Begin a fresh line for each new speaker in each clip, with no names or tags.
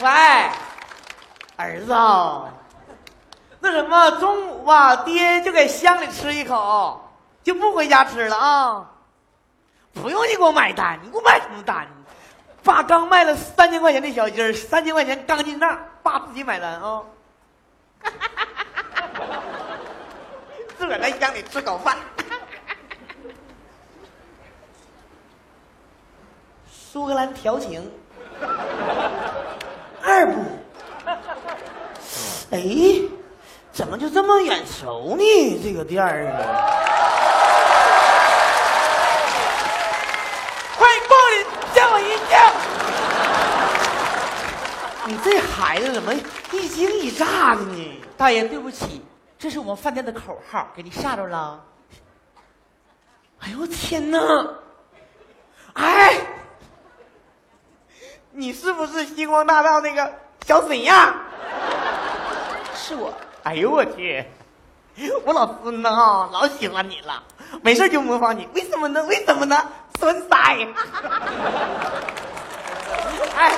喂，儿子哦，那什么，中午吧，爹就给乡里吃一口，就不回家吃了啊。不用你给我买单，你给我买什么单？爸刚卖了三千块钱的小鸡儿，三千块钱刚进账，爸自己买单啊、 自个儿来乡里吃口饭。苏格兰调情，二部。哎，怎么就这么眼熟呢？这个店儿啊！快过来叫我一叫！你这孩子怎么一惊一乍的呢？
大爷，对不起，这是我们饭店的口号，给你吓着了。
哎呦我天哪！哎，你是不是星光大道那个小沈阳？
是我，
哎呦我去！我老孙子啊，老喜欢你了，没事就模仿你，为什么呢？为什么呢？孙呆！哎，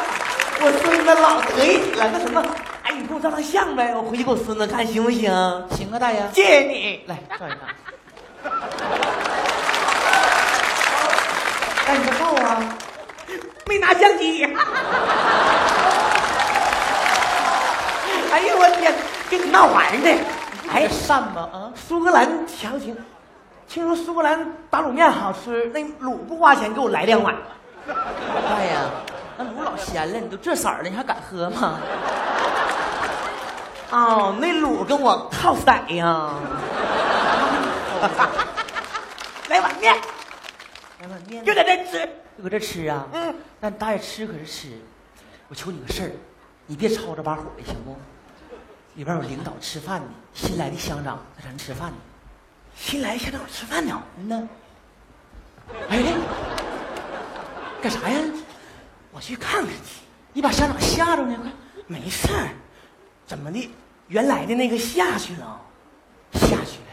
我孙子老得意了，那什么，哎，你给我照张相呗，我回去给我孙子看行不行？
行啊，大爷，
谢谢你，
来照一张。哎，你这号啊？
没拿相机。哎呦我天，跟你闹玩的，哎
哎，。扇吧啊！
苏格兰调情，听说苏格兰打卤面好吃，那卤不花钱，给我来两碗。
大爷，哎那卤老咸了，你都这色儿了，你还敢喝吗？
哦，那卤跟我靠色呀。 来碗面，
来碗面，
就在这吃。
就搁这吃啊？
嗯，
但大爷吃可是吃，我求你个事儿，你别吵着把火的行不？里边有领导吃饭呢，新来的乡长在咱吃饭呢。
新来先让我吃饭呢。
嗯呢？哎，干啥呀？
我去看看去。
你把乡长吓着呢，快
没事儿，怎么的？原来的那个下去了，
下去了，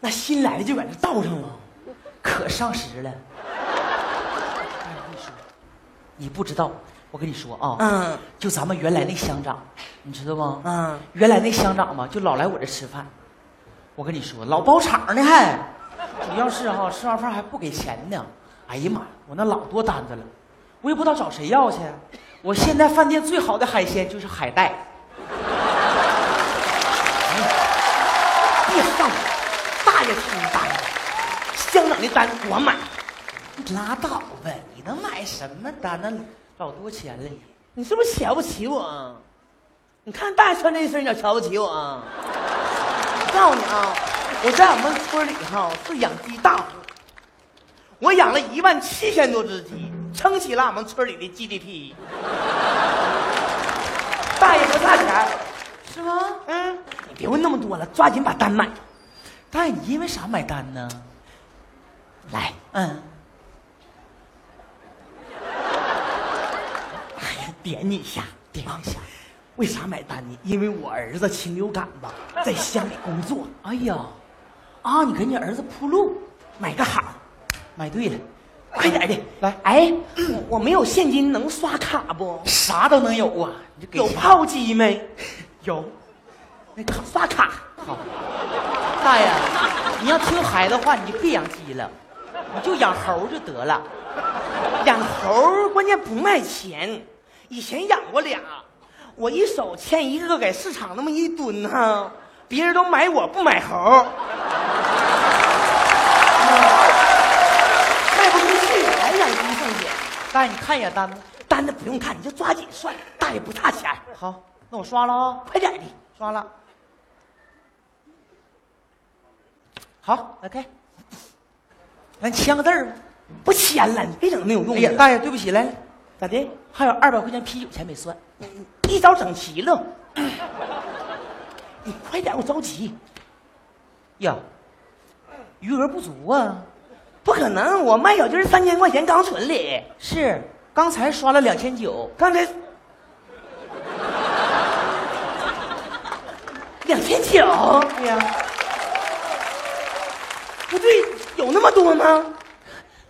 那新来的就在这倒上了。
可上时了。大爷，我跟你说，你不知道，我跟你说啊，
嗯
就咱们原来那乡长，你知道吗？
嗯，
原来那乡长吧，就老来我这吃饭。我跟你说，老包场呢还，主要是哈、吃完饭还不给钱呢。哎呀妈呀，我那老多单子了，我也不知道找谁要去。啊我现在饭店最好的海鲜就是海带。哎
别上我，大爷出单，乡长的单我买。
你拉倒吧，你能买什么单？那老多钱了你。
你是不是瞧不起我啊？你看大爷穿这身，你咋瞧不起我啊？我告诉你啊，我在我们村里哈是养鸡大户，我养了一万七千多只鸡，撑起了我们村里的 GDP。大爷不差钱，
是吗？
嗯，你别问那么多了，抓紧把单买。
大爷，你因为啥买单呢？
来，
嗯，
点你一下，啊
点一下。
为啥买单呢？因为我儿子禽流感 吧，在乡里工作，
哎呀，啊，你给你儿子铺路，
买个好。
买对了，
快点的，
来
哎，我没有现金，能刷卡不？
啥都能有啊。你就给
有
钱
炮击没？
有。
那卡刷卡，
好，大爷，你要听孩子话，你就别养鸡了，你就养猴就得了。
养猴儿关键不卖钱，以前养过俩，我一手牵一个给市场那么一蹲哈、别人都买我不买猴儿， 卖不出去，还养鸡剩下，
大爷，你看一眼单子。
单子不用看，你就抓紧算，大爷不差钱儿，
好，那我刷了啊、
快点的，
刷了。好，来开。咱签个字儿吧。
不签了，你别整那有用
哎呀，
的，
大爷，对不起，来，
咋的？
还有二百块钱啤酒钱没算。
一早整齐了。 你快点，我着急。
呀，余额不足啊。
不可能，我卖小鸡儿三千块钱刚存里，
是，刚才刷了两千九，
刚 才两千九。哎呀，不对，有那么多吗？
哎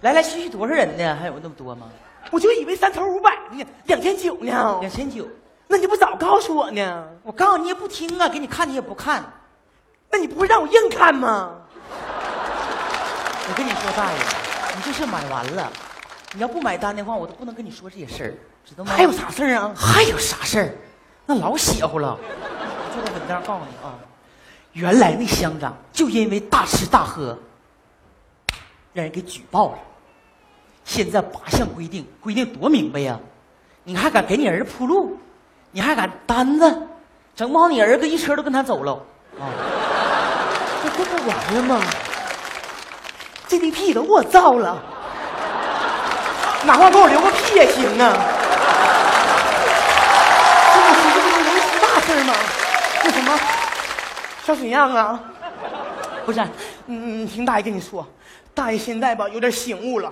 来来去去多少人呢？还有那么多吗？
我就以为三头五百呢，两千九呢
两。千九。
那你不早告诉我呢？
我告诉你也不听啊，给你看你也不看。
那你不会让我硬看吗？
我跟你说，大爷，你这是买完了，你要不买单的话，我都不能跟你说这些事儿，知道吗？
还有啥事儿啊？
还有啥事儿？那老邪乎了。我做个文章告诉你啊，原来那乡长就因为大吃大喝，让人给举报了。现在八项规定，规定多明白呀、你还敢给你儿子铺路？你还敢单子？整不好你儿子一车都跟他走了啊！
这这不完了吗？GDP 都给我造了，哪怕给我留个屁也行啊！这不是这不是能出大事儿吗？那什么，小沈阳啊，
不是，
嗯，嗯，听大爷跟你说，大爷现在吧有点醒悟了，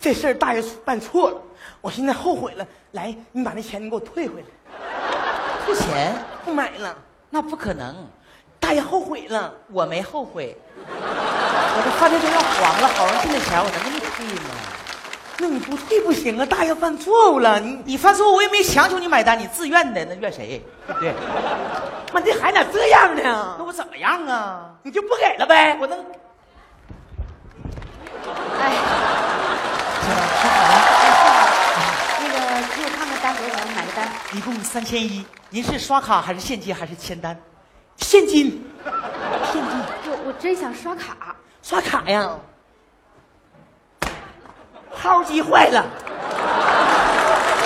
这事儿大爷办错了，我现在后悔了。来，你把那钱你给我退回来，
付钱
不买了。
那不可能，
大爷后悔了，
我没后悔。我这饭店都要黄了，好容易进的钱，我能给你退吗？
那你不退不行啊！大爷犯错误了，你
你犯错，我也没强求你买单，你自愿的，那怨谁？对不对？
妈这孩子咋这样
那
呢？
我怎么样啊？
你就不给了呗？
我能
哎，
行吧，说好了，
哎，算了，那个给我看看单多少钱，买个单。
一共三千一，您是刷卡还是现金还是签单？
现金，
骗子，我我真想刷卡，
刷卡呀。号机坏了，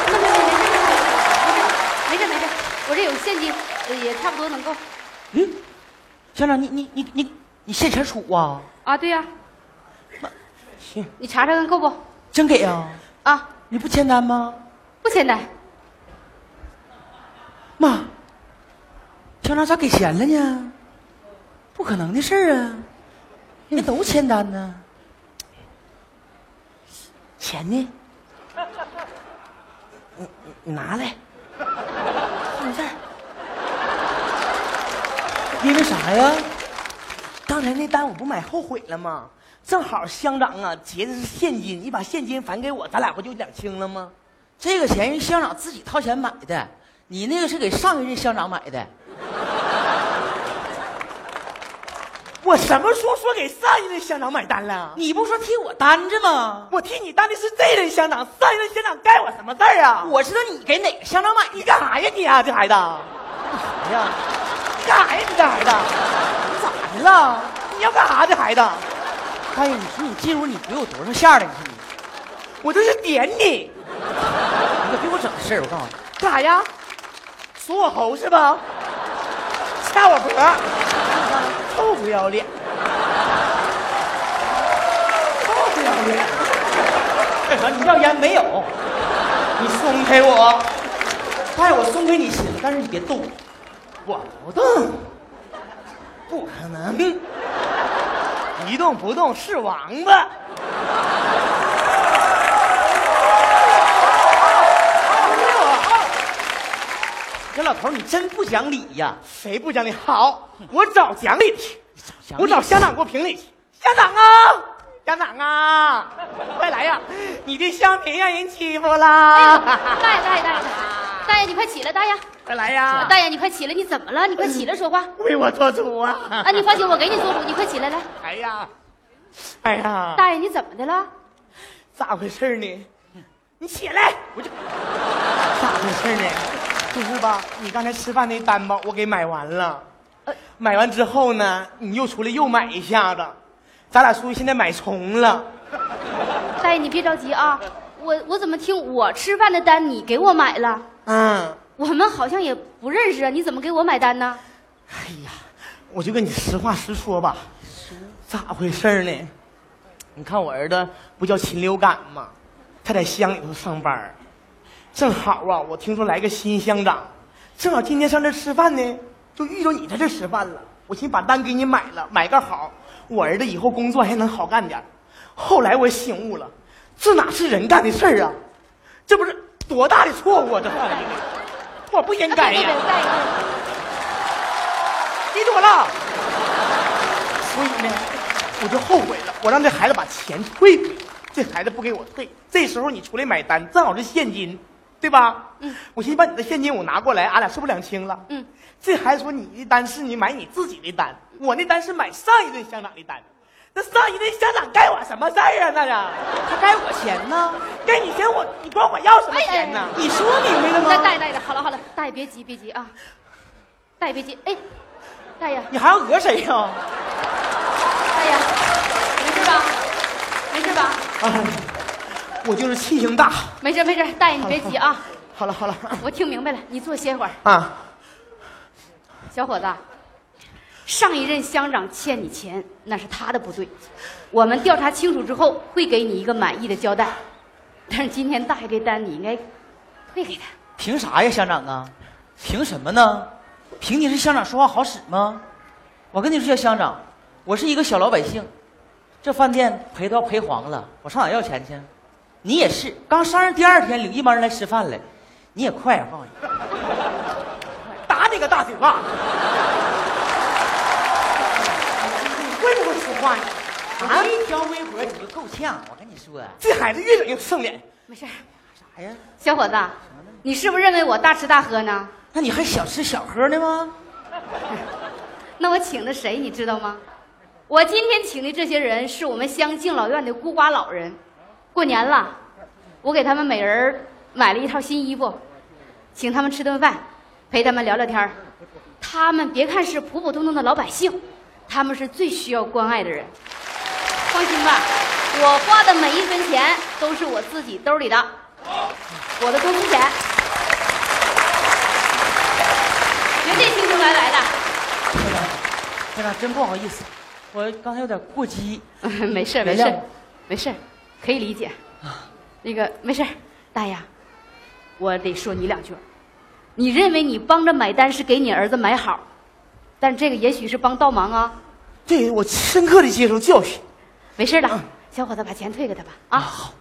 没事没事没事没事没事没事，我这有现金，呃也差不多能够。
嗯，乡长，你你你你你现钱数啊？
啊，对呀、
行，
你查查看够不？
真给啊？
啊，
你不签单吗？
不简
啊
单，
妈，乡长咋给钱了呢？不可能的事儿啊！人都签单呢。
钱呢？你你拿来，放这儿。
因为啥呀？
刚才那单我不买后悔了吗？正好乡长啊结的是现金，你把现金返给我，咱俩不就两清了吗？
这个钱人乡长自己掏钱买的，你那个是给上一任乡长买的。
我什么时候说给上一任乡长买单了？
你不说替我担着吗？
我替你担的是这任乡长，上一任乡长该我什么事儿啊？
我知道你给哪个乡长买
你
的。
干啥呀你啊，这孩子？你
哎呀，
干啥呀你这孩子？
你咋的了？
你要干啥这孩子？
大爷，你说你进屋你得有多少下了？你说
我这是点你，
你，你可别给我整事儿！我告诉你，
干啥呀？锁我喉是吧？掐我脖儿，臭不要脸，臭不要脸！哎
干啥？你要烟没有？
你松开我，
大爷，我松开你心了，但是你别动我。
我不动，不可能，一动不动是王八。
这老头儿你真不讲理呀！
谁不讲理？好，我找讲理去，
讲理
我找乡长给我评理去。乡长啊，乡长啊，快来呀！你的乡民让人欺负 啦！
哎大爷大爷大爷，大爷你快起来，大爷，
快来呀！
大爷你快起来，你怎么了？你快起来说话。
为我做主啊！
啊，你放心，我给你做主，你快起来来。
哎呀，哎呀，
大爷你怎么的了？
咋回事呢？你起来！我就咋回事呢？就是吧，你刚才吃饭那单吧，我给买完了。
呃
买完之后呢，你又出来又买一下子，咱俩属于现在买重了。
大爷，你别着急啊，我我怎么听我吃饭的单你给我买了？
嗯。
我们好像也不认识啊，你怎么给我买单呢？
哎呀，我就跟你实话实说吧，咋回事儿呢？你看我儿子不叫禽流感吗？他在乡里头上班儿，正好啊，我听说来个新乡长，正好今天上这儿吃饭呢，就遇着你在这儿吃饭了。我寻思把单给你买了，买个好，我儿子以后工作还能好干点儿。后来我醒悟了，这哪是人干的事儿啊？这不是多大的错误啊！这犯的，我不应该呀、
啊别别别大爷，
记住我了。所以呢，我就后悔了，我让这孩子把钱退回来。这孩子不给我退，这时候你出来买单，正好是现金，对吧？
嗯，
我寻思把你的现金我拿过来，俺俩是不是两清了？
嗯，
这孩子说你的单是你买你自己的单，我那单是买上一顿乡长的单。那上一顿乡长该我什么事儿啊？那是
他该我钱呢？哎
该你钱我，你管我要什么钱呢？
你说明白了
再
吗？
带带的，好了好了，大爷别急别急啊，大爷别急，哎，大爷
你还要讹谁呀、
大爷，没事吧？没事吧？
我就是气性大。
没事没事，大爷你别急啊，
好了好了
我听明白了，你坐歇会儿。
啊，
小伙子，上一任乡长欠你钱，那是他的不对。我们调查清楚之后，会给你一个满意的交代。但是今天大爷这单，你应该退给他。
凭啥呀，乡长啊？凭什么呢？凭你是乡长说话好使吗？我跟你说，乡长，我是一个小老百姓，这饭店赔都要赔黄了，我上哪要钱去？你也是，刚上任第二天领一帮人来吃饭来，你也快啊！放爷
打你个大嘴巴！你会不会说话呀？啊！
一条微博你就够呛，我跟你说，啊
这孩子越整越剩脸。
没事儿，
啥呀？
小伙子，你是不是认为我大吃大喝呢？
那你还小吃小喝呢吗？
那我请的谁你知道吗？我今天请的这些人是我们乡敬老院的孤寡老人。过年了，我给他们每人儿买了一套新衣服，请他们吃顿饭，陪他们聊聊天儿。他们别看是普普通通的老百姓，他们是最需要关爱的人。放心吧，我花的每一分钱都是我自己兜里的，我的工资钱，绝对清清白白的。
乡长，真不好意思，我刚才有点过激。
没事儿没
原
事
谅
儿，没事儿，可以理解。那个没事儿，大爷，我得说你两句儿。你认为你帮着买单是给你儿子买好，但这个也许是帮倒忙啊。
对我深刻的接受教训。
没事儿的，小伙子把钱退给他吧啊。好，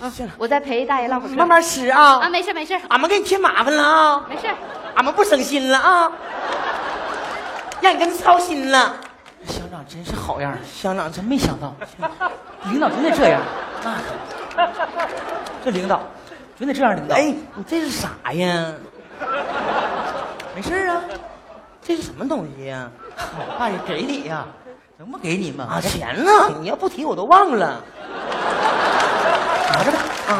嗯，我再陪大爷唠会儿嗑。
哎慢慢吃啊，
啊，没事儿没事儿
俺们给你添麻烦了啊，
没事儿。
俺们不省心了啊，让你跟他操心了。
乡长真是好样儿，
乡长，
真没想到，领导真得这样。那可这领导准得这样，领导。
哎，，你这是啥呀？没事儿啊，这是什么东西呀、
大爷给你呀，能不给你吗？
啊，钱呢？你要不提我都忘了。拿着吧，啊，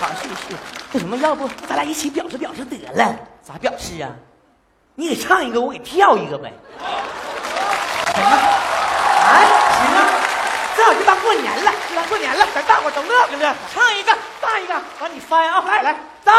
好，去去。那什么，要不咱俩一起表示表示得了？
咋表示啊？
你给唱一个，我给跳一个呗。
行吧，
哎，行啊，正好就当过年了，就当过年了，咱大伙都乐呵乐呵，唱一个，唱一个，完你翻啊，来来，走。